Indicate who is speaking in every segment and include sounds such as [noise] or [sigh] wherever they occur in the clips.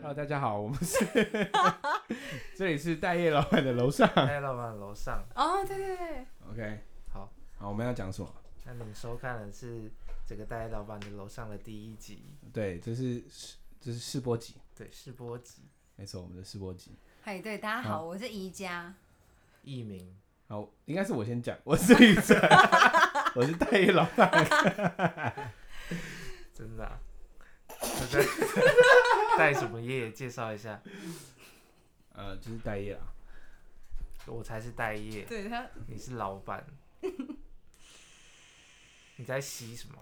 Speaker 1: Hello，大家好，我们是 [laughs] 这里是待业老板的楼上。
Speaker 2: 哎，老板，楼上，
Speaker 3: 哦，对对对，
Speaker 1: OK，
Speaker 2: 好，
Speaker 1: 好，我们要讲什么？
Speaker 2: 那你们收看的是这个大家老板的楼上的第一集，
Speaker 1: 对，这是试这是试播集，
Speaker 2: 对，试播集，
Speaker 1: 没错，我们的试播集。
Speaker 3: 嗨，对，大家好，我是宜家。
Speaker 2: 艺名，
Speaker 1: 好，应该是我先讲， [laughs] 我是雨辰，我是待业老板。
Speaker 2: 真的、啊， [laughs] 他在带什么业？介绍一下，
Speaker 1: 呃，就是待业啦。
Speaker 2: 我才是待业，
Speaker 3: 对他，
Speaker 2: 你是老板，你在吸什么？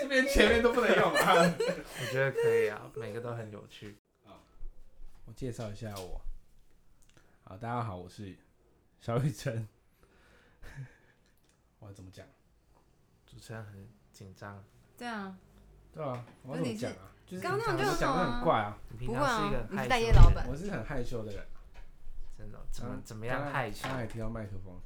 Speaker 1: 这边前面都不能用啊。
Speaker 2: 我觉得可以啊，每个都很有趣。
Speaker 1: 我介绍一下我。好，大家好，我是小雨辰。 [laughs] 我要怎么讲？
Speaker 2: 主持人很紧张，
Speaker 3: 对啊，
Speaker 1: 对啊，我要怎么讲啊？就是
Speaker 3: 刚刚那种就
Speaker 1: 我讲的
Speaker 3: 很好
Speaker 1: 很
Speaker 3: 啊
Speaker 1: 怪啊，
Speaker 2: 你
Speaker 3: 不
Speaker 2: 平
Speaker 3: 会
Speaker 2: 常是一个
Speaker 3: 啊
Speaker 2: 很，
Speaker 3: 你
Speaker 2: 害
Speaker 3: 是
Speaker 2: 羞的
Speaker 3: 待业
Speaker 2: 人，
Speaker 3: 老板
Speaker 1: 我，是很害羞的人。
Speaker 2: 真的，怎么
Speaker 1: 刚
Speaker 2: 怎么样害羞
Speaker 1: 刚？才提到麦克风。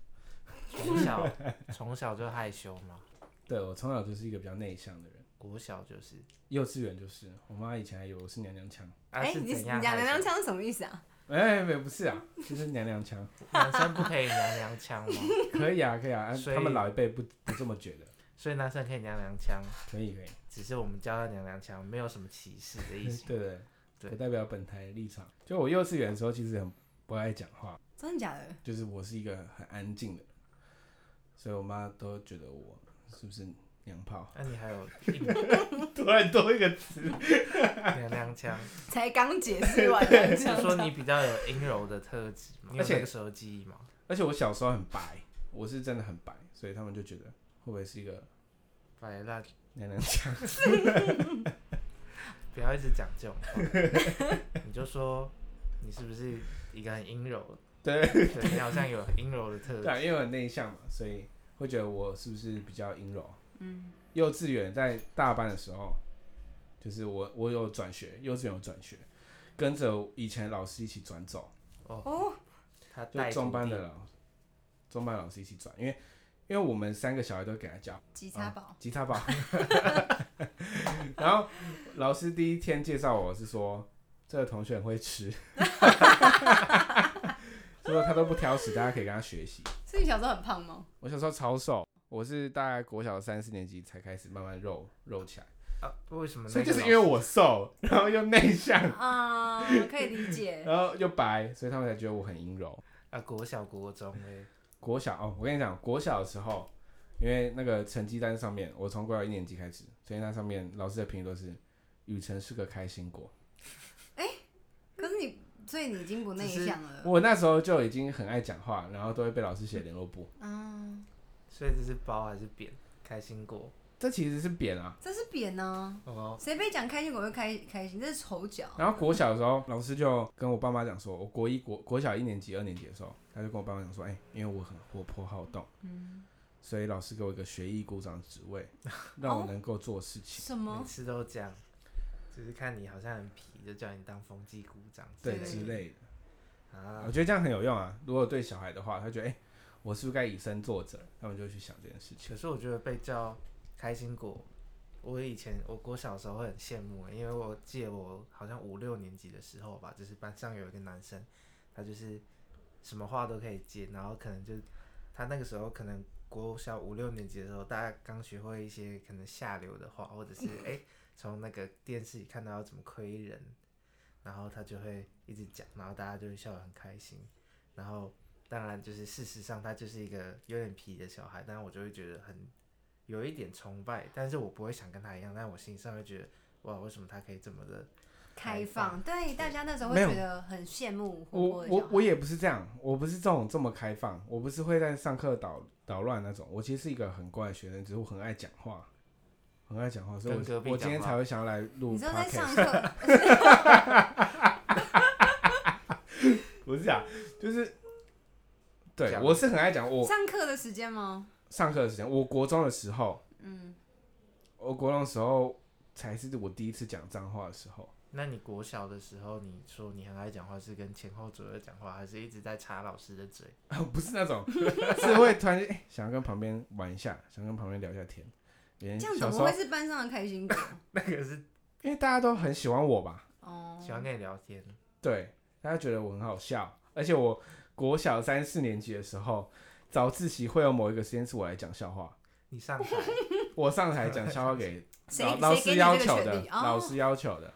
Speaker 2: 从小从小就害羞嘛，
Speaker 1: 对我从小就是一个比较内向的人，
Speaker 2: 国小就是，
Speaker 1: 幼稚园就是，我妈以前还以为我是娘娘腔，
Speaker 2: 啊
Speaker 3: 哎，
Speaker 2: 是
Speaker 3: 你你
Speaker 2: 怎样
Speaker 3: 讲娘
Speaker 2: 害羞
Speaker 3: 娘腔是什么意思啊？
Speaker 1: 哎、没有不是啊，就是娘娘腔，
Speaker 2: 男生不可以娘娘腔吗？ [laughs]
Speaker 1: 可以啊，可以啊，啊
Speaker 2: 所以
Speaker 1: 他们老一辈不不这么觉得，
Speaker 2: 所以男生可以娘娘腔，
Speaker 1: 可以可以，
Speaker 2: 只是我们教他娘娘腔，没有什么歧视的意思。
Speaker 1: 对对对，
Speaker 2: 对，
Speaker 1: 不代表本台的立场。就我幼稚园的时候，其实很不爱讲话，
Speaker 3: 真的假的？
Speaker 1: 就是我是一个很安静的人，所以我妈都觉得我是不是娘炮 [laughs]
Speaker 2: 那、你还有硬
Speaker 1: 突然多一个词，
Speaker 2: 娘娘腔，
Speaker 3: 才刚解释
Speaker 1: [laughs]
Speaker 3: 完娘娘
Speaker 2: 就
Speaker 3: 腔，
Speaker 2: 说你比较有阴柔的特质嘛，你有
Speaker 1: 而且
Speaker 2: 那个时候记忆吗？
Speaker 1: 而且我小时候很白，我是真的很白，所以他们就觉得会不会是一个
Speaker 2: 白烂，
Speaker 1: 娘娘腔？
Speaker 2: 不要一直讲这种话，
Speaker 1: [laughs]
Speaker 2: 你就说你是不是一个很阴柔？
Speaker 1: 对，
Speaker 2: 对，你好像有很阴柔的特质。
Speaker 1: 对，啊因为我很内向嘛，所以会觉得我是不是比较阴柔？
Speaker 3: 嗯，
Speaker 1: 幼稚园在大班的时候，就是我我有转学，幼稚园有转学，跟着以前老师一起转走，
Speaker 2: 哦，
Speaker 3: 哦，
Speaker 2: 他带
Speaker 1: 就
Speaker 2: 徒
Speaker 1: 中班的
Speaker 2: 弟
Speaker 1: 老中班老师一起转，因为因为我们三个小孩都给他教啊
Speaker 3: 吉他宝，
Speaker 1: 吉他吧。 [laughs] 然后老师第一天介绍我是说，这个同学很会吃， [laughs] 就说他都不挑食，大家可以跟他学习。
Speaker 3: 所以你小时候很胖吗？
Speaker 1: 我小时候超瘦，我是大概国小三四年级才开始慢慢肉肉起来，
Speaker 2: 啊，为什么那
Speaker 1: 所
Speaker 2: 个
Speaker 1: 以
Speaker 2: 老
Speaker 1: 就
Speaker 2: 师？
Speaker 1: 是因为我瘦，然后又内向，
Speaker 3: 啊，可以理解。
Speaker 1: 然后又白，所以他们才觉得我很阴柔。
Speaker 2: 啊，国小国中欸嘞，
Speaker 1: 国小哦，我跟你讲，国小的时候，因为那个成绩单上面，我从国小一年级开始，成绩单上面老师的评语都是雨辰是个开心果。
Speaker 3: 可是你，所以你已经不内向了。
Speaker 1: 我那时候就已经很爱讲话，然后都会被老师写联络簿，
Speaker 3: 嗯，
Speaker 2: 所以这是包还是扁？开心果
Speaker 1: 这其实是扁啊。
Speaker 3: 这是扁呢，
Speaker 2: 哦，
Speaker 3: 谁被讲开心果会开开心，这是丑角。
Speaker 1: 然后国小的时候，老师就跟我爸妈讲说，我国一国国小一年级、二年级的时候，他就跟我爸妈讲说，哎、因为我很活泼好动，
Speaker 3: 嗯，
Speaker 1: 所以老师给我一个学艺股长职位，让我能够做事情。
Speaker 3: 什
Speaker 2: 每
Speaker 3: 么？
Speaker 2: 次都这样，只是看你好像很皮，就叫你当风纪股长
Speaker 1: 对
Speaker 3: 对
Speaker 1: 之类的，我
Speaker 2: 啊。
Speaker 1: 觉得这样很有用啊。如果对小孩的话，他觉得哎、我是不是该以身作则？他们就会去想这件事情
Speaker 2: 可。是我觉得被叫开心果，我以前我国小的时候会很羡慕，欸因为我记得我好像五六年级的时候吧，就是班上有一个男生，他就是什么话都可以接，然后可能就他那个时候可能国小五六年级的时候，大家刚学会一些可能下流的话，或者是哎从、那个电视里看到要怎么亏人，然后他就会一直讲，然后大家就会笑得很开心，然后当然就是事实上他就是一个有点皮的小孩，但是我就会觉得很有一点崇拜，但是我不会想跟他一样，但我心里上会觉得哇，为什么他可以这么的
Speaker 3: 开放，对大家那时候会
Speaker 1: 没有
Speaker 3: 觉得很羡慕活
Speaker 1: 我
Speaker 3: 泼的小
Speaker 1: 我
Speaker 3: 孩
Speaker 1: 我也不是这样，我不是这种这么开放，我不是会在上课捣捣乱那种。我其实是一个很乖的学生，只是我很爱讲话，很爱讲话，所以
Speaker 2: 跟隔壁
Speaker 1: 我我今天
Speaker 2: 讲话
Speaker 1: 才会想要来录
Speaker 3: 你知道
Speaker 1: podcast。
Speaker 3: 在上课，
Speaker 1: 不是啊，就是对，
Speaker 2: 讲
Speaker 1: 我是很爱讲。 [laughs] 我
Speaker 3: 上课的时间吗？
Speaker 1: 上课的时间，我国中的时候，
Speaker 3: 嗯，
Speaker 1: 我国中的时候才是我第一次讲脏话的时候。 [laughs]
Speaker 2: 那你国小的时候，你说你很爱讲话，是跟前后左右讲话，还是一直在插老师的嘴？
Speaker 1: 不是那
Speaker 3: [laughs]
Speaker 1: 种，是会突然间、哎，想要跟旁边玩一下，想跟旁边聊一下天。
Speaker 3: 这
Speaker 1: 这 [laughs]
Speaker 3: 样怎么会是班上的开心果？
Speaker 2: 那个是
Speaker 1: 因为大家都很喜欢我吧，
Speaker 3: 哦，
Speaker 2: 喜欢跟你聊天，
Speaker 1: 对，大家觉得我很好笑，而且我国小三四年级的时候，早自习会有某一个时间是我来讲笑话，
Speaker 2: 你上
Speaker 3: [laughs]
Speaker 2: 台
Speaker 1: 我上台讲笑话给
Speaker 3: 谁
Speaker 1: 老老
Speaker 3: 谁给
Speaker 1: 师
Speaker 3: 你
Speaker 1: 要
Speaker 3: 这个
Speaker 1: 求
Speaker 3: 权
Speaker 1: 的
Speaker 3: 利？，
Speaker 1: 老
Speaker 3: 哦，
Speaker 1: 师要求的，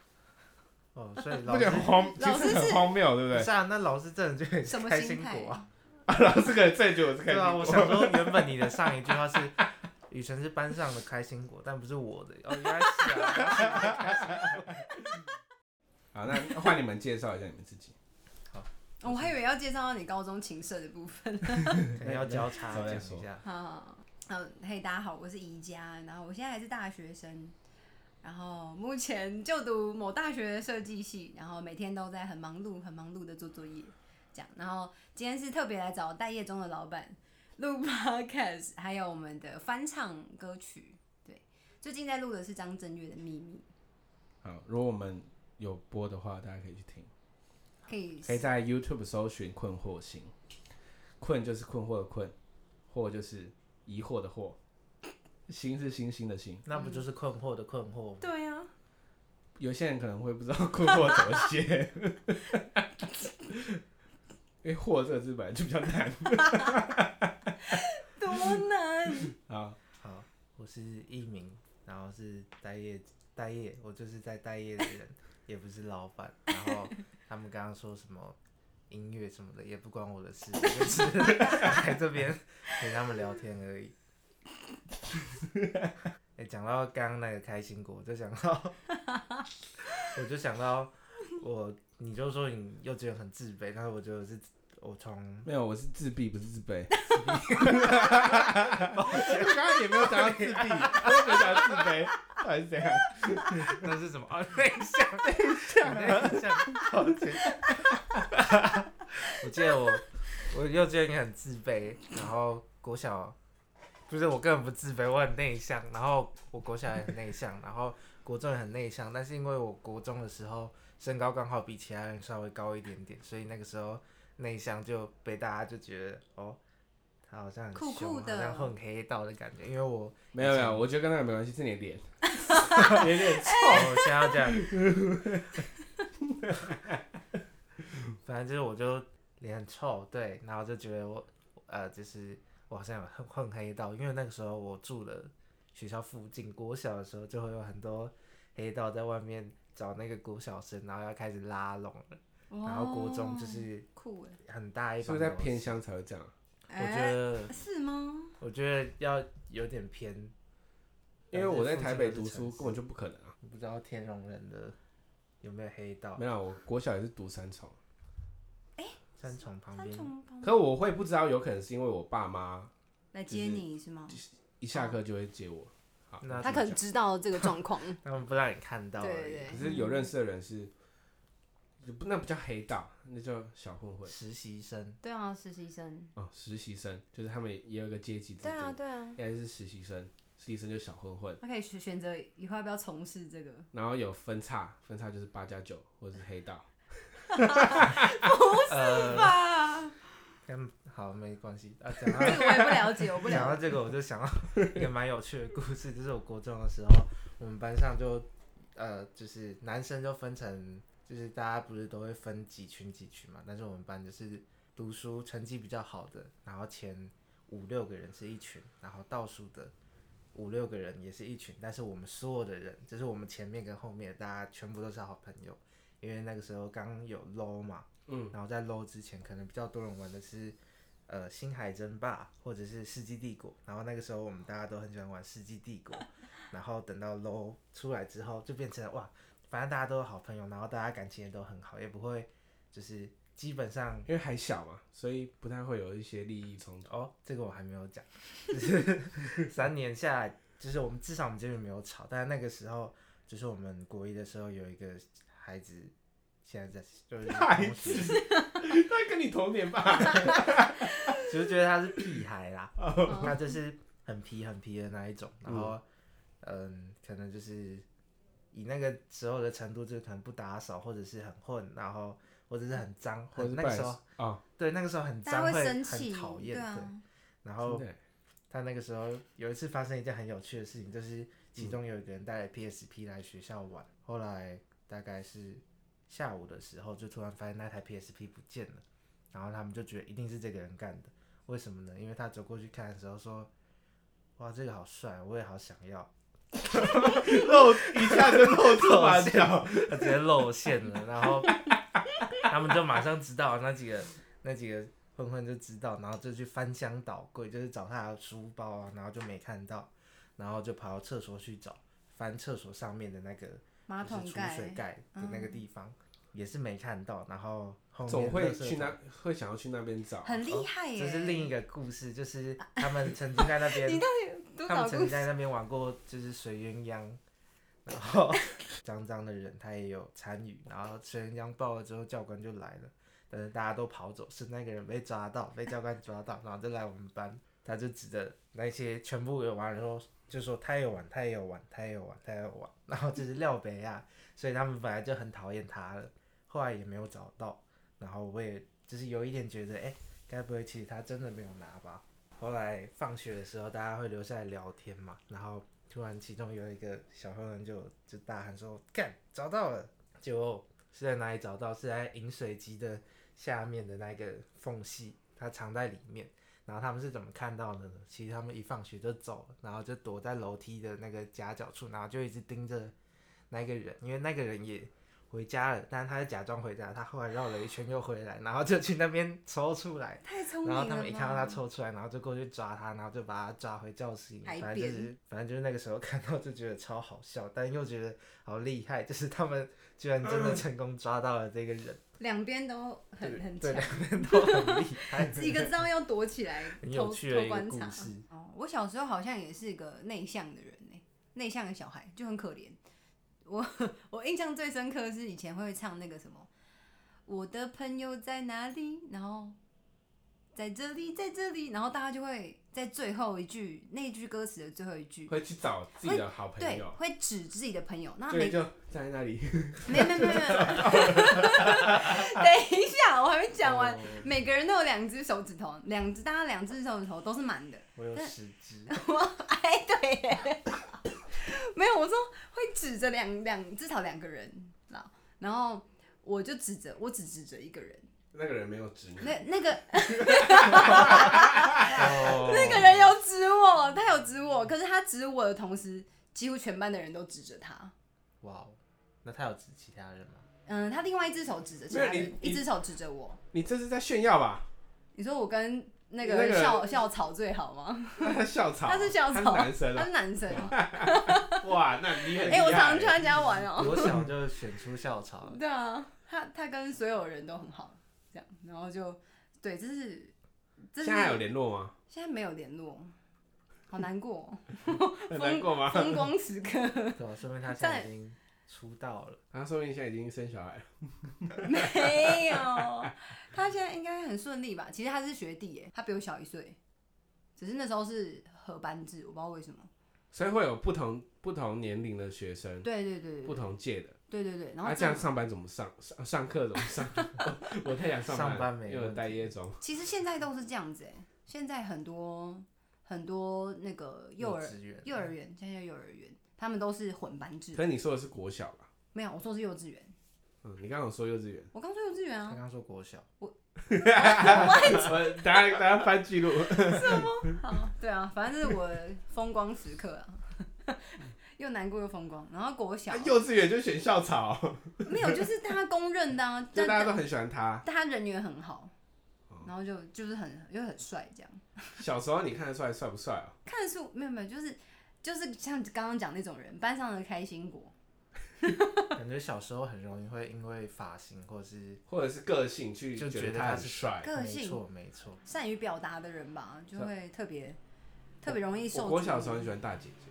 Speaker 2: 哦，
Speaker 1: [laughs]
Speaker 2: 所以
Speaker 1: 不
Speaker 2: 老师
Speaker 1: 觉得很荒，其
Speaker 3: 老师
Speaker 1: 实很
Speaker 3: 是
Speaker 1: 荒谬，对不
Speaker 2: 不 [laughs]
Speaker 1: 对？
Speaker 2: 是啊，那老师真的就很
Speaker 3: [laughs] 什么
Speaker 2: 开
Speaker 3: 心
Speaker 2: 心
Speaker 3: 态
Speaker 2: 果啊，
Speaker 1: 啊，老师可能真的觉得我是 [laughs] 开
Speaker 2: 对啊，我
Speaker 1: 心
Speaker 2: 想
Speaker 1: 果，
Speaker 2: 说原本你的上一句话是雨辰是班上的开心果，但不是我的，哦，原来
Speaker 1: [laughs]
Speaker 2: 是啊，
Speaker 1: 好，那换你们介绍一下你们自己，
Speaker 3: 哦我还以为要介绍到你高中情社的部分。
Speaker 2: 可能要交叉
Speaker 1: 稍微
Speaker 2: 讲
Speaker 1: 说
Speaker 2: 一下，
Speaker 3: 好，好，哦嘿，大家好，我是宜家，然后我现在还是大学生，然后目前就读某大学设计系，然后每天都在很忙碌、很忙碌的做作业，这样。然后今天是特别来找待业中的老板录 [laughs] podcast，还有我们的翻唱歌曲。对，最近在录的是张震岳的《秘密
Speaker 1: 好，如果我们有播的话，大家可以去听。》，
Speaker 3: 可以
Speaker 1: 可以在 YouTube 搜寻“困惑星”，困就是困惑的困，惑就是疑惑的惑，星是星星的星。
Speaker 2: 那不就是困惑的困惑吗？
Speaker 3: 对啊，
Speaker 1: 有些人可能会不知道困惑怎么写， [laughs] 因为“惑”这个字本来就比较难。
Speaker 3: 多难。
Speaker 1: 好，
Speaker 2: 好，我是艺名，然后是待业待业，我就是在待业的人，也不是老板。然后他们刚刚说什么音乐什么的，也不关我的事，我就是 [laughs] 来这边陪他们聊天而已。哎、讲到刚刚那个开心果，我就想到，我就想到我，你就说你幼稚园很自卑，但是我觉得我是我从
Speaker 1: 没有，我是自闭，不是自卑。哦我刚刚也没有讲到自闭，我也没有讲到自卑，还是怎样？
Speaker 2: 那是什么？哦，内
Speaker 3: [laughs]
Speaker 2: 向，内向，内向，好紧。我记得我，我幼稚园很自卑，然后国小，不是我根本不自卑，我很内向，然后我国小也很内向，然后国中也很内向，但是因为我国中的时候身高刚好比其他人稍微高一点点，所以那个时候内向就被大家就觉得哦。他好像很
Speaker 3: 酷
Speaker 2: 凶
Speaker 3: 酷的
Speaker 2: 好像混黑道的感觉，因为我
Speaker 1: 没有没有，我觉得跟那个没关系，是你的脸， [laughs] 你的脸
Speaker 2: 哦，我现在要这样。反正就是我就脸很臭，对，然后就觉得我呃，就是我好像有混混黑道，因为那个时候我住的学校附近，国小的时候就会有很多黑道在外面找那个国小生，然后要开始拉拢了，然后国中就是
Speaker 3: 酷欸
Speaker 2: 很大一
Speaker 1: 是不
Speaker 2: 帮
Speaker 1: 是在
Speaker 2: 都
Speaker 1: 偏乡才会这样？
Speaker 3: 哎，
Speaker 2: 我觉得，
Speaker 3: 是吗？
Speaker 2: 我觉得要有点偏，
Speaker 1: 因为我在台北读
Speaker 2: 但是附
Speaker 1: 书根本
Speaker 2: 近都是城市
Speaker 1: 就不可能啊。
Speaker 2: 不知道天龙人的有没有黑道
Speaker 1: 没，有，我国小也是读三重，
Speaker 2: 三重旁
Speaker 3: 三
Speaker 2: 边
Speaker 3: 重帮
Speaker 1: 可我会不知道，有可能是因为我爸妈
Speaker 3: 来接你是吗？
Speaker 1: 一下课就会接我。好，
Speaker 2: 那
Speaker 1: 他
Speaker 3: 他
Speaker 1: 可
Speaker 3: 可能知道这个状况，
Speaker 2: 他们不让你看到而已。
Speaker 3: 对对
Speaker 1: 可是有认识的人是，
Speaker 2: 嗯
Speaker 1: 不那不叫黑道，那叫小混混
Speaker 2: 实习生，
Speaker 3: [laughs] 对啊，实习生，
Speaker 1: 哦，实习生就是他们也有一个阶级制
Speaker 3: 对啊
Speaker 1: 度，
Speaker 3: 对啊，
Speaker 1: 应该是实习生，实习生就小混混，
Speaker 3: 他可以选选择以后要不要从事这个，
Speaker 1: 然后有分叉，分叉就是八加九或者是黑道。
Speaker 2: 呃，
Speaker 3: 吧？
Speaker 2: 跟好没关系啊。讲
Speaker 3: [laughs] 这个
Speaker 2: 到
Speaker 3: 我也不了解，我不
Speaker 2: 讲到
Speaker 3: 了解。
Speaker 2: 这个，我就想到一个蛮有趣的故事，就是我国中的时候，我们班上就呃，就是男生就分成，就是大家不是都会分几群几群嘛，但是我们班就是读书成绩比较好的，然后前五六个人是一群，然后倒数的五六个人也是一群，但是我们所有的人，就是我们前面跟后面，大家全部都是好朋友，因为那个时候刚有 low 嘛，
Speaker 1: 嗯，
Speaker 2: 然后在 low 之前，可能比较多人玩的是呃星海争霸或者是世纪帝国，然后那个时候我们大家都很喜欢玩世纪帝国，然后等到 low 出来之后，就变成哇，反正大家都是好朋友，然后大家感情也都很好，也不会就是基本上
Speaker 1: 因为还小嘛，所以不太会有一些利益冲突。
Speaker 2: 哦，这个我还没有讲，就是 [laughs] 三年下来，就是我们至少我们这边没有吵，但是那个时候就是我们国一的时候有一个孩子，现在在就是
Speaker 1: 孩 [laughs]
Speaker 2: 同学
Speaker 1: 子，他跟你同年吧？
Speaker 2: [laughs] 只是觉得他是屁孩
Speaker 1: [laughs]
Speaker 2: 啦，
Speaker 3: 哦
Speaker 2: 他就是很皮很皮的那一种，然后嗯，可能就是以那个时候的程度，就是可能不打扫或者是很混，然后或者是很脏，
Speaker 1: 或者
Speaker 2: 很
Speaker 1: 是
Speaker 2: 那个时候
Speaker 1: 啊，
Speaker 2: 对那个时候很
Speaker 3: [laughs] 大家
Speaker 2: 脏很
Speaker 3: 生气，
Speaker 2: 讨厌，
Speaker 3: 对
Speaker 2: 对，
Speaker 3: 啊，
Speaker 2: 然后
Speaker 1: 真的耶
Speaker 2: 他那个时候有一次发生一件很有趣的事情，就是
Speaker 1: 嗯
Speaker 2: 其中有一个人带了 PSP 来学校玩，后来大概是下午的时候，就突然发现那台 PSP 不见了，然后他们就觉得一定是这个人干的，为什么呢？因为他走过去看的时候说：“哇，这个好帅，我也好想要。”露一下就露出马脚，他 [laughs] 直接露馅了，然后他们就马上知道那几个那几个混混就知道，然后就去翻箱倒柜，就是找他的书包啊，然后就没看到，然后就跑到厕所去找，翻厕所上面的那个
Speaker 3: 马
Speaker 2: 就
Speaker 3: 桶
Speaker 2: 是出水
Speaker 3: 盖，
Speaker 2: 盖
Speaker 3: 嗯
Speaker 2: 的那个地方，也是没看到，然后后面
Speaker 1: 总会
Speaker 2: 垃圾
Speaker 1: 去那，会想要去那边找。
Speaker 3: 很厉害耶！
Speaker 2: 哦这是另一
Speaker 3: 哎
Speaker 2: 个故事，就是他们曾经在那
Speaker 3: [laughs]
Speaker 2: 边
Speaker 3: 你到底多
Speaker 2: 他
Speaker 3: 少
Speaker 2: 们曾
Speaker 3: 故
Speaker 2: 经
Speaker 3: 事？
Speaker 2: 在那边玩过，就是水鸳鸯，然后 [laughs] 脏脏的人他也有参与，然后水鸳鸯爆了之后，教官就来了，但是大家都跑走，是那个人被抓到，被教官抓到，然后就来我们班，他就指着那些全部有玩的时候，就说他也有玩，他也有玩，他也有玩，他也有玩，然后就是廖北亚，所以他们本来就很讨厌他了，后来也没有找到，然后我也就是有一点觉得，哎、该不会其实他真的没有拿吧？后来放学的时候，大家会留下来聊天嘛，然后突然其中有一个小混混就就大喊说：“干，找到了！”结果是在哪里找到？是在饮水机的下面的那个缝隙，它藏在里面。然后他们是怎么看到的呢？其实他们一放学就走了，然后就躲在楼梯的那个夹角处，然后就一直盯着那个人，因为那个人也回家了，但是他就假装回家，他后来绕了一圈又回来，然后就去那边抽出来。
Speaker 3: 太聪明了
Speaker 2: 然
Speaker 3: 吧！
Speaker 2: 后他们一看到他抽出来，然后就过去抓他，然后就把他抓回教室里面。
Speaker 3: 海
Speaker 2: 反正就
Speaker 3: 边
Speaker 2: 是，反正就是那个时候看到就觉得超好笑，但又觉得好厉害，就是他们居然真的成功抓到了这个人，
Speaker 3: 两边都很
Speaker 2: 对
Speaker 3: 很
Speaker 2: 对，
Speaker 3: 强，
Speaker 2: 两边都很厉
Speaker 3: [laughs]
Speaker 2: 害。
Speaker 3: 一个知道要躲起来，
Speaker 2: [laughs] 很有
Speaker 3: 偷
Speaker 2: 趣的
Speaker 3: 偷
Speaker 2: 一个
Speaker 3: 观
Speaker 2: 故
Speaker 3: 察 [laughs]
Speaker 2: 事。
Speaker 3: 哦，我小时候好像也是个内向的人呢、内向的小孩就很可怜。我我印象最深刻是以前会唱那个什么，我的朋友在哪里？然后在这里，在这里，然后大家就会在最后一句那句歌词的最后一句，
Speaker 1: 会去找自己的好朋
Speaker 3: 对
Speaker 1: 友，，
Speaker 3: 会指自己的朋友。那每
Speaker 1: 对，就在那里。
Speaker 3: 没
Speaker 1: [laughs]
Speaker 3: 没没没，没等一下，我还没讲完。
Speaker 1: 哦
Speaker 3: 每个人都有两只手指头，两只，大家两只手指头都是满的。
Speaker 2: 我有十只，
Speaker 3: 我哎，对耶， [laughs] 没有，我说会指着两两至少两个人啦，然后我就指着，我只指着一个人，
Speaker 1: 那个人没有指你，
Speaker 3: 那那个
Speaker 2: 那
Speaker 3: [laughs] 那个
Speaker 2: 哦
Speaker 3: 人有指我，他有指我，可是他指我的同时，几乎全班的人都指着他。
Speaker 2: 哇哦，那他有指其他人吗？
Speaker 3: 嗯，他另外一只手指着其
Speaker 1: 没
Speaker 3: 他
Speaker 1: 有你
Speaker 3: 人，
Speaker 1: 你
Speaker 3: 一只手指着我。
Speaker 1: 你这是在炫耀吧？ [laughs]
Speaker 3: 你说我跟那
Speaker 1: 那
Speaker 3: 个
Speaker 1: 个
Speaker 3: 校校草最好吗？
Speaker 1: 他是校草，
Speaker 3: 他是校草，
Speaker 1: 他是男生
Speaker 3: 他
Speaker 1: 啊！
Speaker 3: 是男生
Speaker 1: [laughs]
Speaker 3: 哦。
Speaker 1: 哇，那你很厉
Speaker 3: 哎，我常常去
Speaker 1: 害。
Speaker 3: 他家玩哦。
Speaker 2: 我小就选出校草
Speaker 3: [laughs]
Speaker 2: 了，
Speaker 3: 对啊，他他跟所有人都很好，这样，然后就对，这是这是
Speaker 1: 现在还有联络吗？
Speaker 3: 现在没有联络，好难过哦、
Speaker 1: 很难过吗？
Speaker 3: [laughs] 风光
Speaker 1: [laughs]
Speaker 3: 时刻
Speaker 2: 对啊吧？说明他现在已经出道了，
Speaker 1: 他说明现在已经生小孩了。
Speaker 3: 没有，他现在应该很顺利吧？其实他是学弟耶，他比我小一岁，只是那时候是合班制，我不知道为什么。
Speaker 1: 所以会有不同不同年龄的学生，
Speaker 3: 对对对
Speaker 1: 不
Speaker 3: 对
Speaker 1: 同届的。
Speaker 3: 对对对，然
Speaker 1: 那、
Speaker 3: 后
Speaker 1: 这样
Speaker 3: 真的
Speaker 1: 上班怎么上？上上课怎么上？ [laughs] 我我太想上班了，
Speaker 2: 上班没
Speaker 1: 因为我
Speaker 2: 问题
Speaker 1: 待业中。
Speaker 3: 其实现在都是这样子哎，现在很多很多那个幼儿
Speaker 2: 稚园，
Speaker 3: 幼儿园，现在叫幼儿园，他们都是混班制
Speaker 1: 可，是你说的是国小吧？
Speaker 3: 没有，我说的是幼稚园。
Speaker 1: 嗯，你刚刚有说幼稚
Speaker 3: [laughs]
Speaker 1: 园，
Speaker 3: 我刚说幼稚园
Speaker 2: 他
Speaker 3: 啊
Speaker 2: 刚，刚说国小，
Speaker 1: 我等下等下翻记录。
Speaker 3: 好，对啊，反正是我风光时刻啊， [laughs] 又难过又风光。然后国小
Speaker 1: 啊幼稚园就选校
Speaker 3: [laughs]
Speaker 1: 草，
Speaker 3: 没有，就是大家公认的啊，
Speaker 1: [laughs] 就
Speaker 3: 但
Speaker 1: 大家都很喜欢他。
Speaker 3: 但他人缘很好
Speaker 1: 哦，
Speaker 3: 然后就就是很又很帅这样，
Speaker 1: 小时候你看得出来帅不帅哦？
Speaker 3: 看得出没有没有，就是就是像刚刚讲那种人，班上的开心果，
Speaker 2: 感觉小时候很容易会因为发型或是
Speaker 1: 或者是个性去
Speaker 2: 就
Speaker 1: 觉
Speaker 2: 觉得
Speaker 1: 他
Speaker 2: 他
Speaker 1: 很
Speaker 2: 是
Speaker 1: 帅。
Speaker 3: 个
Speaker 2: 没
Speaker 3: 性
Speaker 2: 错没错，
Speaker 3: 善于表达的人吧，就
Speaker 1: 对
Speaker 3: 会特别特别容易受
Speaker 1: 我
Speaker 3: 注意。
Speaker 1: 我小时候很喜欢大姐姐，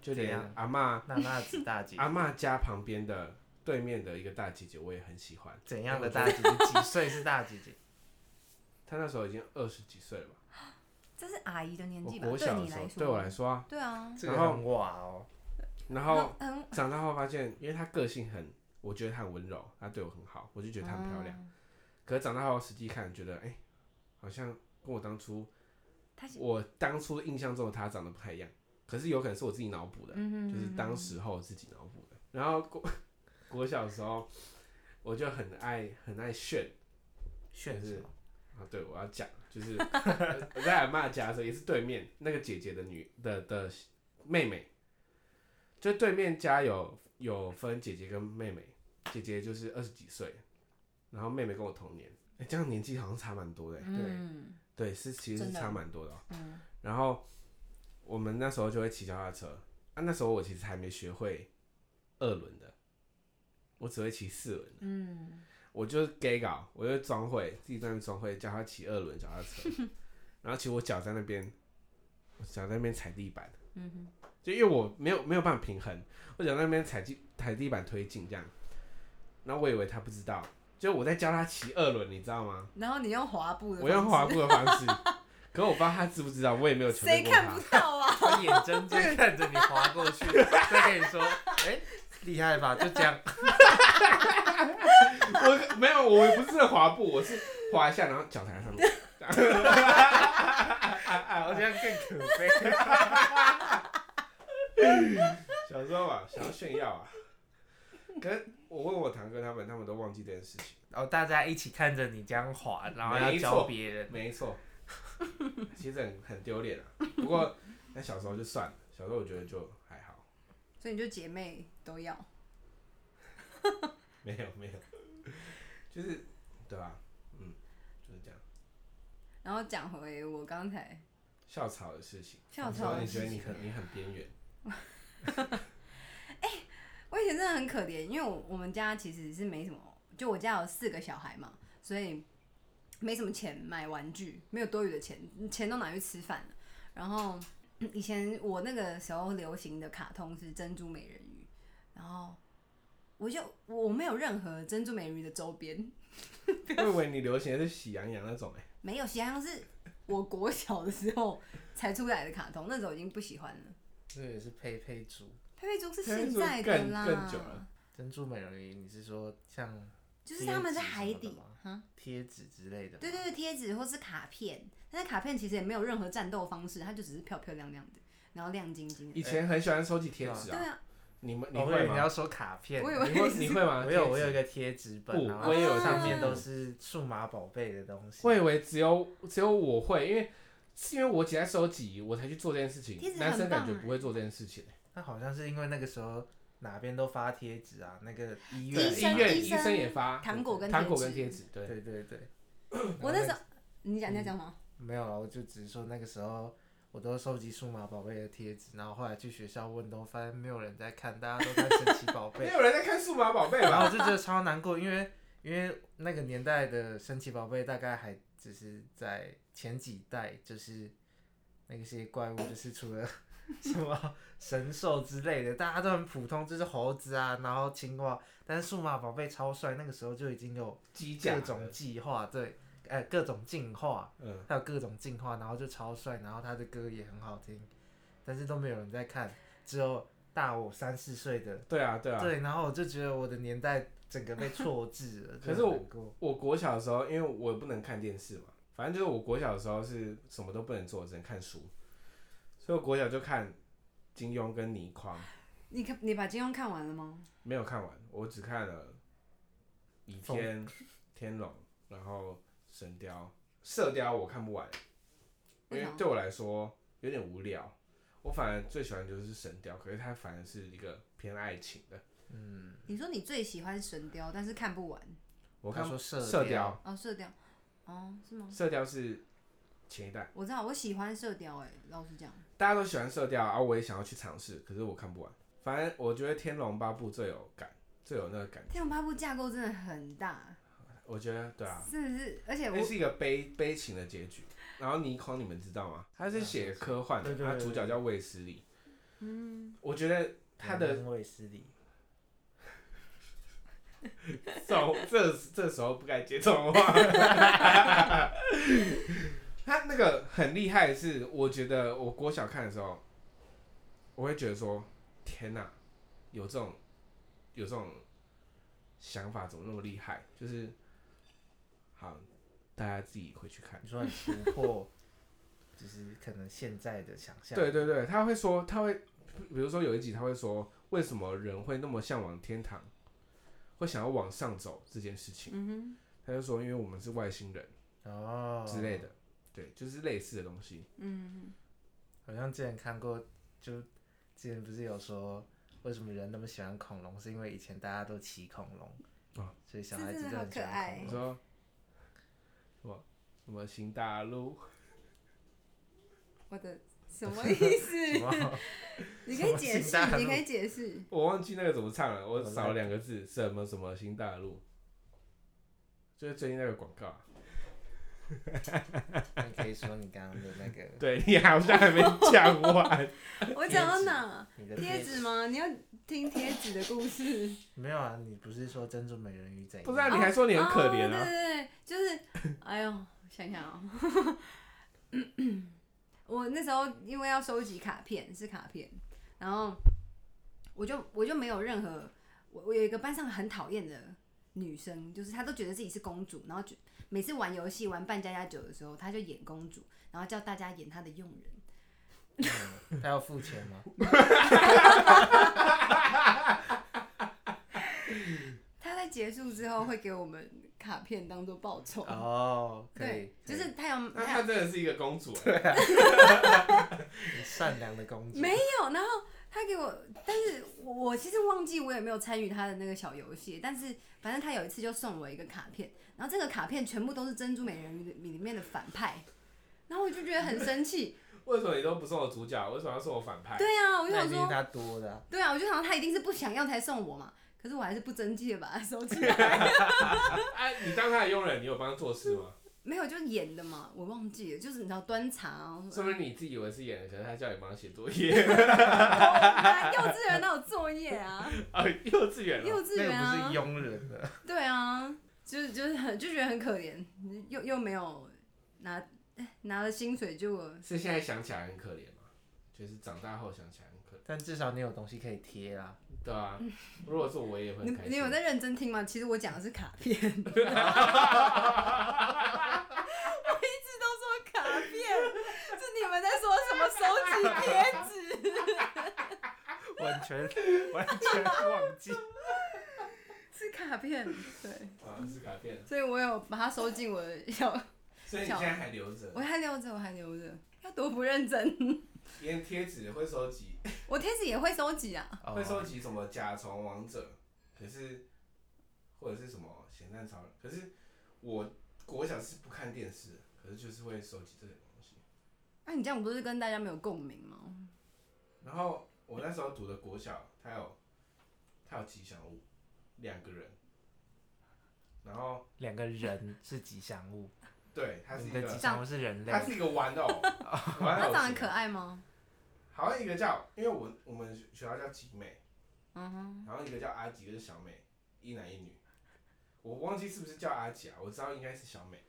Speaker 1: 就
Speaker 2: 怎
Speaker 1: 连
Speaker 2: 样
Speaker 1: 阿嬷
Speaker 2: 娜娜子大 [laughs] 姐
Speaker 1: 阿嬷家旁边的对面的一个大姐姐，我也很喜欢。
Speaker 2: 怎样的大姐姐？几岁是大姐姐？
Speaker 1: 她那时候已经二十几岁了吧？
Speaker 3: 这是阿姨的年
Speaker 1: 我
Speaker 3: 纪吧？
Speaker 1: 国
Speaker 3: 对
Speaker 1: 小的
Speaker 3: 你
Speaker 1: 时候
Speaker 3: 来，
Speaker 1: 对我来说啊，
Speaker 3: 对
Speaker 2: [laughs]
Speaker 3: 啊，
Speaker 2: 这个很哇哦，
Speaker 1: 然后
Speaker 3: 嗯那很
Speaker 1: 长大后发现，因为她个性很，我觉得她很温柔，她对我很好，我就觉得她很漂亮。
Speaker 3: 哦
Speaker 1: 可是长大后实际看，觉得哎、好像跟我当初
Speaker 3: 她是
Speaker 1: 我当初印象中的她长得不太一样。可是有可能是我自己脑补的，
Speaker 3: 嗯哼
Speaker 1: 就是当时候自己脑补的。然后国 [laughs] 国小的时候，我就很爱很爱炫
Speaker 2: 炫
Speaker 1: 就是
Speaker 2: 什么？
Speaker 1: 啊，对，我要讲，就是我在俺妈家的时候，也是对面那个姐姐的女的的妹妹，就对面家有有分姐姐跟妹妹，姐姐就是二十几岁，然后妹妹跟我同年，哎、这样年纪好像差蛮多的、欸
Speaker 3: 嗯嗯
Speaker 1: 对，是其实是
Speaker 3: 真的
Speaker 1: 差蛮多的、哦。
Speaker 3: 嗯
Speaker 1: 然后我们那时候就会骑脚踏车啊，那时候我其实还没学会二轮的，我只会骑四轮。
Speaker 3: 嗯，
Speaker 1: 我就是 gay 搞，我就装会，自己在那边装会，叫他骑二轮脚踏
Speaker 3: [laughs]
Speaker 1: 车，然后其实我脚在那边，我脚在那边踩地板，
Speaker 3: 嗯
Speaker 1: 就因为我没有没有办法平衡，我脚在那边踩地踩地板推进这样，然后我以为他不知道，就我在教他骑二轮，你知道吗？
Speaker 3: 哼然后你用滑步的，
Speaker 1: 我用滑，步的方式，
Speaker 3: [laughs]
Speaker 1: 可我不知道他知不知道，我也没有求
Speaker 3: 谁
Speaker 1: 证过
Speaker 3: 看
Speaker 1: 他
Speaker 3: 不。到啊？ [laughs]
Speaker 2: 我眼睁睁看着你滑过去，再跟你说，哎、厉害吧？就这 [laughs] 样，
Speaker 1: 我没有，我不是滑步，我是滑一下，然后脚踩在上面。
Speaker 2: 我觉得更 [laughs] 可悲。
Speaker 1: 小时候啊，想要炫耀啊。可是我问我堂哥他们，他们都忘记这件事情。
Speaker 2: 然哦后大家一起看着你这样滑，然后要
Speaker 1: 没错
Speaker 2: 教别人。
Speaker 1: 没错，其实很很丢脸啊。不过那小时候就算了，小时候我觉得就还好，
Speaker 3: 所以你就姐妹都要，
Speaker 1: 没有没有，就是对吧？嗯，就是这样。
Speaker 3: 然后讲回我刚才
Speaker 1: 校草的事情，
Speaker 3: 校
Speaker 1: 那时候
Speaker 3: 草的
Speaker 1: 你觉得
Speaker 3: 事
Speaker 1: 你
Speaker 3: 情，
Speaker 1: 很你很边
Speaker 3: [laughs]
Speaker 1: 缘，
Speaker 3: 我以前真的很可怜，因为我我们家其实是没什么，就我家有四个小孩嘛，所以没什么钱买玩具，没有多余的钱，钱都拿去吃饭了。然后嗯以前我那个时候流行的卡通是珍珠美人鱼，然后我就我没有任何珍珠美人鱼的周边，
Speaker 1: 我以为你流行的是喜羊羊那种哎、
Speaker 3: 没有，喜羊羊是我国小的时候才出来的卡通，那时候已经不喜欢了。
Speaker 2: 这也是佩佩猪，
Speaker 3: 佩佩猪是
Speaker 1: 佩佩
Speaker 3: 现
Speaker 1: 猪
Speaker 3: 在的
Speaker 1: 更
Speaker 3: 啦，
Speaker 1: 更久了
Speaker 2: 珍珠美人鱼，你是说像
Speaker 3: 就是他们在海
Speaker 2: 贴纸什么
Speaker 3: 底
Speaker 2: 的吗
Speaker 3: 哈，
Speaker 2: 贴纸之类的？
Speaker 3: 对对，对，贴纸或是卡片，但是卡片其实也没有任何战斗方式，它就只是漂漂亮亮的，然后亮晶晶的。
Speaker 1: 以前很喜欢收集贴纸
Speaker 3: 对
Speaker 1: 啊，
Speaker 3: 啊，
Speaker 1: 你们你
Speaker 2: 我以
Speaker 1: 会
Speaker 2: 为哦你
Speaker 1: 吗？
Speaker 2: 要说卡片，
Speaker 3: 我以
Speaker 2: [laughs]
Speaker 1: 你会
Speaker 3: 为
Speaker 1: 你会吗？
Speaker 2: 我有
Speaker 1: 啊贴纸
Speaker 2: 我有一个贴纸本，
Speaker 1: 不
Speaker 2: 然
Speaker 1: 我
Speaker 2: 后
Speaker 1: 也
Speaker 3: 有
Speaker 2: 上
Speaker 3: 贴
Speaker 2: 面
Speaker 3: 纸
Speaker 2: 都是数码宝贝的东西。
Speaker 1: 我以为只有只有我会，因为是因为我姐在收集，我才去做这件事情
Speaker 3: 贴。纸
Speaker 1: 男生
Speaker 3: 很
Speaker 1: 感
Speaker 3: 棒
Speaker 1: 觉
Speaker 3: 哎
Speaker 1: 不会做这件事情。
Speaker 2: 那好像是因为那个时候哪边都发贴纸啊，那个医
Speaker 1: 对
Speaker 2: 院
Speaker 3: 医生
Speaker 1: 医院
Speaker 3: 医生
Speaker 1: 医生也发
Speaker 3: 糖果跟
Speaker 1: 啊糖果
Speaker 3: 贴纸
Speaker 1: 跟贴纸，对，
Speaker 2: 对对对。
Speaker 3: 我那时候你讲你在
Speaker 2: 嗯
Speaker 3: 讲什么？
Speaker 2: 没有了，我就只是说那个时候我都收集数码宝贝的贴纸，然后后来去学校问，都发现没有人在看，大家都看神奇宝
Speaker 1: 没
Speaker 2: 贝，
Speaker 1: 有人在看数码宝贝
Speaker 2: 然
Speaker 1: 吧？
Speaker 2: 后 [laughs] 我就觉得超难过，因为因为那个年代的神奇宝贝大概还只是在前几代，就是那些怪物，就是除了 [laughs] 什么神兽之类的，大家都很普通，就是猴子啊，然后青蛙，但是数码宝贝超帅，那个时候就已经有
Speaker 1: 机甲
Speaker 2: 各种计划，对，哎、各种进化。
Speaker 1: 嗯，
Speaker 2: 还有各种进化，然后就超帅，然后他的歌也很好听，但是都没有人在看，只有大我三四岁的，
Speaker 1: 对啊对啊。
Speaker 2: 对，然后我就觉得我的年代整个被错置
Speaker 1: [laughs]
Speaker 2: 了，
Speaker 1: 可是
Speaker 2: 就
Speaker 1: 我
Speaker 2: 很难过
Speaker 1: 我国小的时候，因为我不能看电视嘛，反正就是我国小的时候是什么都不能做，只能看书，所以我国小就看金庸跟倪匡，
Speaker 3: 你看你把金庸看完了吗？
Speaker 1: 没有看完，我只看了《倚天》《天龙》，然后《神雕》《射雕》，我看不完，因
Speaker 3: 为
Speaker 1: 为
Speaker 3: 什么
Speaker 1: 对我来说有点无聊。我反而最喜欢就是《神雕》，可是它反而是一个偏爱情的。
Speaker 2: 嗯，
Speaker 3: 你说你最喜欢神雕，但是看不完
Speaker 1: 我看
Speaker 2: 他说射
Speaker 1: 射
Speaker 2: 雕
Speaker 1: 雕，
Speaker 3: 哦，射雕哦是吗？
Speaker 1: 射雕是前一代，
Speaker 3: 我知道我喜欢射雕，哎，老实讲，
Speaker 1: 大家都喜欢射雕啊，我也想要去尝试，可是我看不完。反正我觉得《天龙八部》最有感，最有那个感
Speaker 3: 《天龙八部》架构真的很大，
Speaker 1: 我觉得对啊，
Speaker 3: 真的是，而且我
Speaker 1: 那是一个悲悲情的结局。然后倪匡你们知道吗？他是写科幻的，
Speaker 2: 对对
Speaker 1: 他
Speaker 2: 对
Speaker 1: 主角叫卫斯理。嗯，我觉得他的
Speaker 2: 卫斯理，
Speaker 1: 走这这时候不该接这种话。 [laughs] 他那个很厉害的是，我觉得我国小看的时候，我会觉得说，天哪、有这种有这种想法怎么那么厉害？就是好，大家自己回去看。
Speaker 2: 你说很突破就是可能现在的想象。
Speaker 1: 对，对对，他会说，他会，比如说有一集他会说，为什么人会那么向往天堂，会想要往上走这件事情，
Speaker 3: 嗯
Speaker 1: 他就说，因为我们是外星人
Speaker 2: 哦，
Speaker 1: 之类的，对，就是类似的东西。
Speaker 3: 哼，嗯
Speaker 2: 好像之前看过，就之前不是有说，为什么人那么喜欢恐龙，是因为以前大家都骑恐龙，
Speaker 1: 啊
Speaker 2: 所以小
Speaker 3: 是
Speaker 2: 孩子
Speaker 3: 真的
Speaker 2: 都
Speaker 3: 好
Speaker 2: 很喜
Speaker 3: 可
Speaker 2: 欢
Speaker 3: 爱
Speaker 1: 你
Speaker 2: 恐龙。
Speaker 1: 说什么什么新大陆？
Speaker 3: 哼，我的什么意
Speaker 2: [laughs] 什
Speaker 3: 思？
Speaker 2: 么？
Speaker 3: 你可以
Speaker 2: 什么
Speaker 3: 解
Speaker 2: 新大
Speaker 3: 释，
Speaker 2: 陆
Speaker 3: 你可以解释。
Speaker 1: 我忘记那个怎么唱了，我
Speaker 2: 我来
Speaker 1: 少了两个字，什么什么新大陆，就是最近那个广告啊。
Speaker 2: 你可以说你刚刚的那个，
Speaker 1: 对你好像还没讲完， [laughs]
Speaker 3: 我讲到哪？
Speaker 2: 你
Speaker 3: [laughs]
Speaker 2: 的
Speaker 3: 贴纸吗？你要听贴纸的故事？
Speaker 2: 没有啊？你不是说珍珠美人鱼怎样？
Speaker 1: 不是啊？你还说你很可怜
Speaker 3: 哦
Speaker 1: 啊？
Speaker 3: 对对对，就是，哎呦，想想哦， [coughs] 我那时候因为要收集卡片，是卡片，然后我就我就没有任何，我我有一个班上很讨厌的女生，就是她都觉得自己是公主，然后就每次玩游戏玩扮家家酒的时候，她就演公主，然后叫大家演她的佣人。
Speaker 2: 嗯他要付钱吗？
Speaker 3: 她在结束之后会给我们卡片当做报酬。
Speaker 2: 哦，可以
Speaker 3: 对，，就是她有
Speaker 1: 那
Speaker 3: 她
Speaker 1: 她
Speaker 3: 有
Speaker 1: 真的是一个公主欸，
Speaker 2: 很善良的公主。
Speaker 3: 没有，然后他给我，但是我我其实忘记我有没有参与他的那个小游戏，但是反正他有一次就送我一个卡片，然后这个卡片全部都是珍珠美人鱼里面的反派，然后我就觉得很
Speaker 2: [laughs]
Speaker 3: 生气。
Speaker 1: 为什么你都不送我主角？为什么要送我反派？
Speaker 3: 对啊，我就
Speaker 2: 那
Speaker 3: 想
Speaker 2: 一定是
Speaker 3: 说，
Speaker 2: 他多的啊、
Speaker 3: 对啊，我就想他一定是不想要才送我嘛，可是我还是不争气的把它收起来。 [laughs]
Speaker 1: 啊，你当他的佣人，你有帮他做事吗？
Speaker 3: 没有，就是演的嘛，我忘记了，就是你知道端茶啊，我
Speaker 1: 是
Speaker 3: [laughs] 说
Speaker 1: 不是你自己以为是演的，可是他叫你帮他写作业？ [laughs]
Speaker 3: 啊幼稚园哪有作业
Speaker 2: [laughs]
Speaker 3: 啊？
Speaker 1: 啊，幼稚园了，
Speaker 3: 幼稚
Speaker 2: 那个
Speaker 3: 园啊
Speaker 2: 不是，佣人的， [laughs]
Speaker 3: 对啊，就是就是很就觉得很可怜，又又没有拿哎拿了薪水就我
Speaker 1: 是现在想起来很可怜吗？就是长大后想起来很可怜。
Speaker 2: 但至少你有东西可以
Speaker 1: [laughs]
Speaker 2: 贴啦。
Speaker 1: 对啊，如果是我也会
Speaker 3: 你
Speaker 1: 很开心。
Speaker 3: 嗯你有在认真听吗？其实我讲的是卡
Speaker 1: [laughs]
Speaker 3: 片，我一直都说卡片，是你们在说什么收集贴纸？ [laughs]
Speaker 2: 完 [laughs] 全完全忘记。
Speaker 3: 是卡片，对，
Speaker 1: 啊，是卡片，
Speaker 3: 所以我有把它收进我的小，
Speaker 1: 所以你现在还留着
Speaker 3: 我，还留着，我还留着，要多不认真，
Speaker 1: 连贴纸会收集，
Speaker 3: 我贴纸也会收集啊，
Speaker 1: 会收
Speaker 2: 哦，
Speaker 1: 集什么甲虫王者，可是或者是什么咸蛋超人，可是我国小是不看电视的，可是就是会收集这些东西。
Speaker 3: 那、啊你这样不是跟大家没有共鸣吗？
Speaker 1: 然后我那时候读的国小，它有它有吉祥物，两个人，然后
Speaker 2: 两个人是吉祥物，
Speaker 1: 对，它是
Speaker 2: 你
Speaker 1: 一
Speaker 2: 的吉
Speaker 1: 个
Speaker 2: 祥物是人类
Speaker 1: 它。是一个玩
Speaker 2: [laughs]
Speaker 1: 偶，玩
Speaker 3: 它
Speaker 1: 偶
Speaker 3: 长得
Speaker 1: 型
Speaker 3: 可爱吗？
Speaker 1: 好像一个叫，因为我我们学校叫集美，
Speaker 3: 嗯哼，
Speaker 1: 然后一个叫阿吉，一个是小美，一男一女。我忘记是不是叫阿吉啊，我知道应该是小美，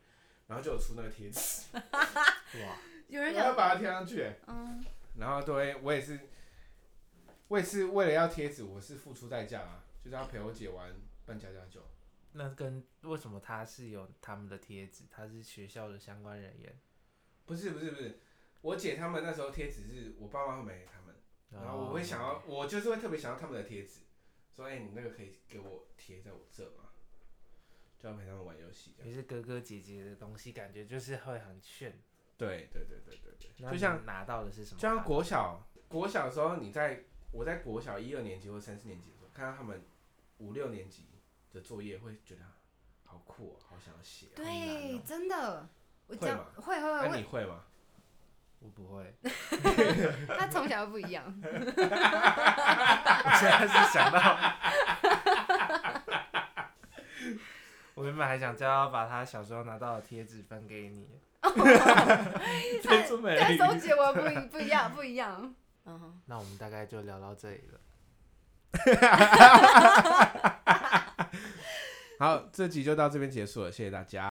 Speaker 1: 然后就有出那个贴纸，
Speaker 2: 哇，
Speaker 3: 有人
Speaker 1: 我要
Speaker 3: 想，
Speaker 1: 把它贴上去、欸
Speaker 3: 嗯，
Speaker 1: 然后对我也是，我也是为了要贴纸，我是付出代价啊，就是要陪我姐玩扮家家酒。
Speaker 2: 那跟为什么他是有他们的贴纸？他是学校的相关人员。
Speaker 1: 不是不是不是，我姐他们那时候贴纸是我爸妈会买给他们，
Speaker 2: 哦
Speaker 1: 然后我会想要，我就是会特别想要他们的贴纸，说哎、你那个可以给我贴在我这吗？就要陪他们玩游戏这样。
Speaker 2: 也是哥哥姐姐的东西，感觉就是会很炫。
Speaker 1: 对对对对对对，
Speaker 2: 那
Speaker 1: 就
Speaker 2: 你
Speaker 1: 像。
Speaker 2: 拿到的是什么
Speaker 1: 就
Speaker 2: 卡？
Speaker 1: 像国小，国小的时候，你在我在国小一二年级或三四年级的时候，看到他们五六年级的作业，会觉得好酷、哦，好想要写、哦。
Speaker 3: 对，真的，我
Speaker 1: 会
Speaker 3: 讲
Speaker 1: 吗哎
Speaker 3: 会会
Speaker 1: 那
Speaker 3: 会
Speaker 1: 你，会吗？
Speaker 2: 我不会，
Speaker 3: 我他从小就不一
Speaker 1: [laughs]
Speaker 3: 样。
Speaker 2: 我现在是想到，我原本还想叫他把他小时候拿到的贴纸分给你，
Speaker 1: [laughs] 珍珠
Speaker 3: [laughs]
Speaker 1: 美人
Speaker 3: 跟
Speaker 1: 鱼
Speaker 3: 周杰伦不一不一样，不一样。嗯，
Speaker 2: 那我们大概就聊到这里了。
Speaker 1: 好，这集就到这边结束了，谢谢大家。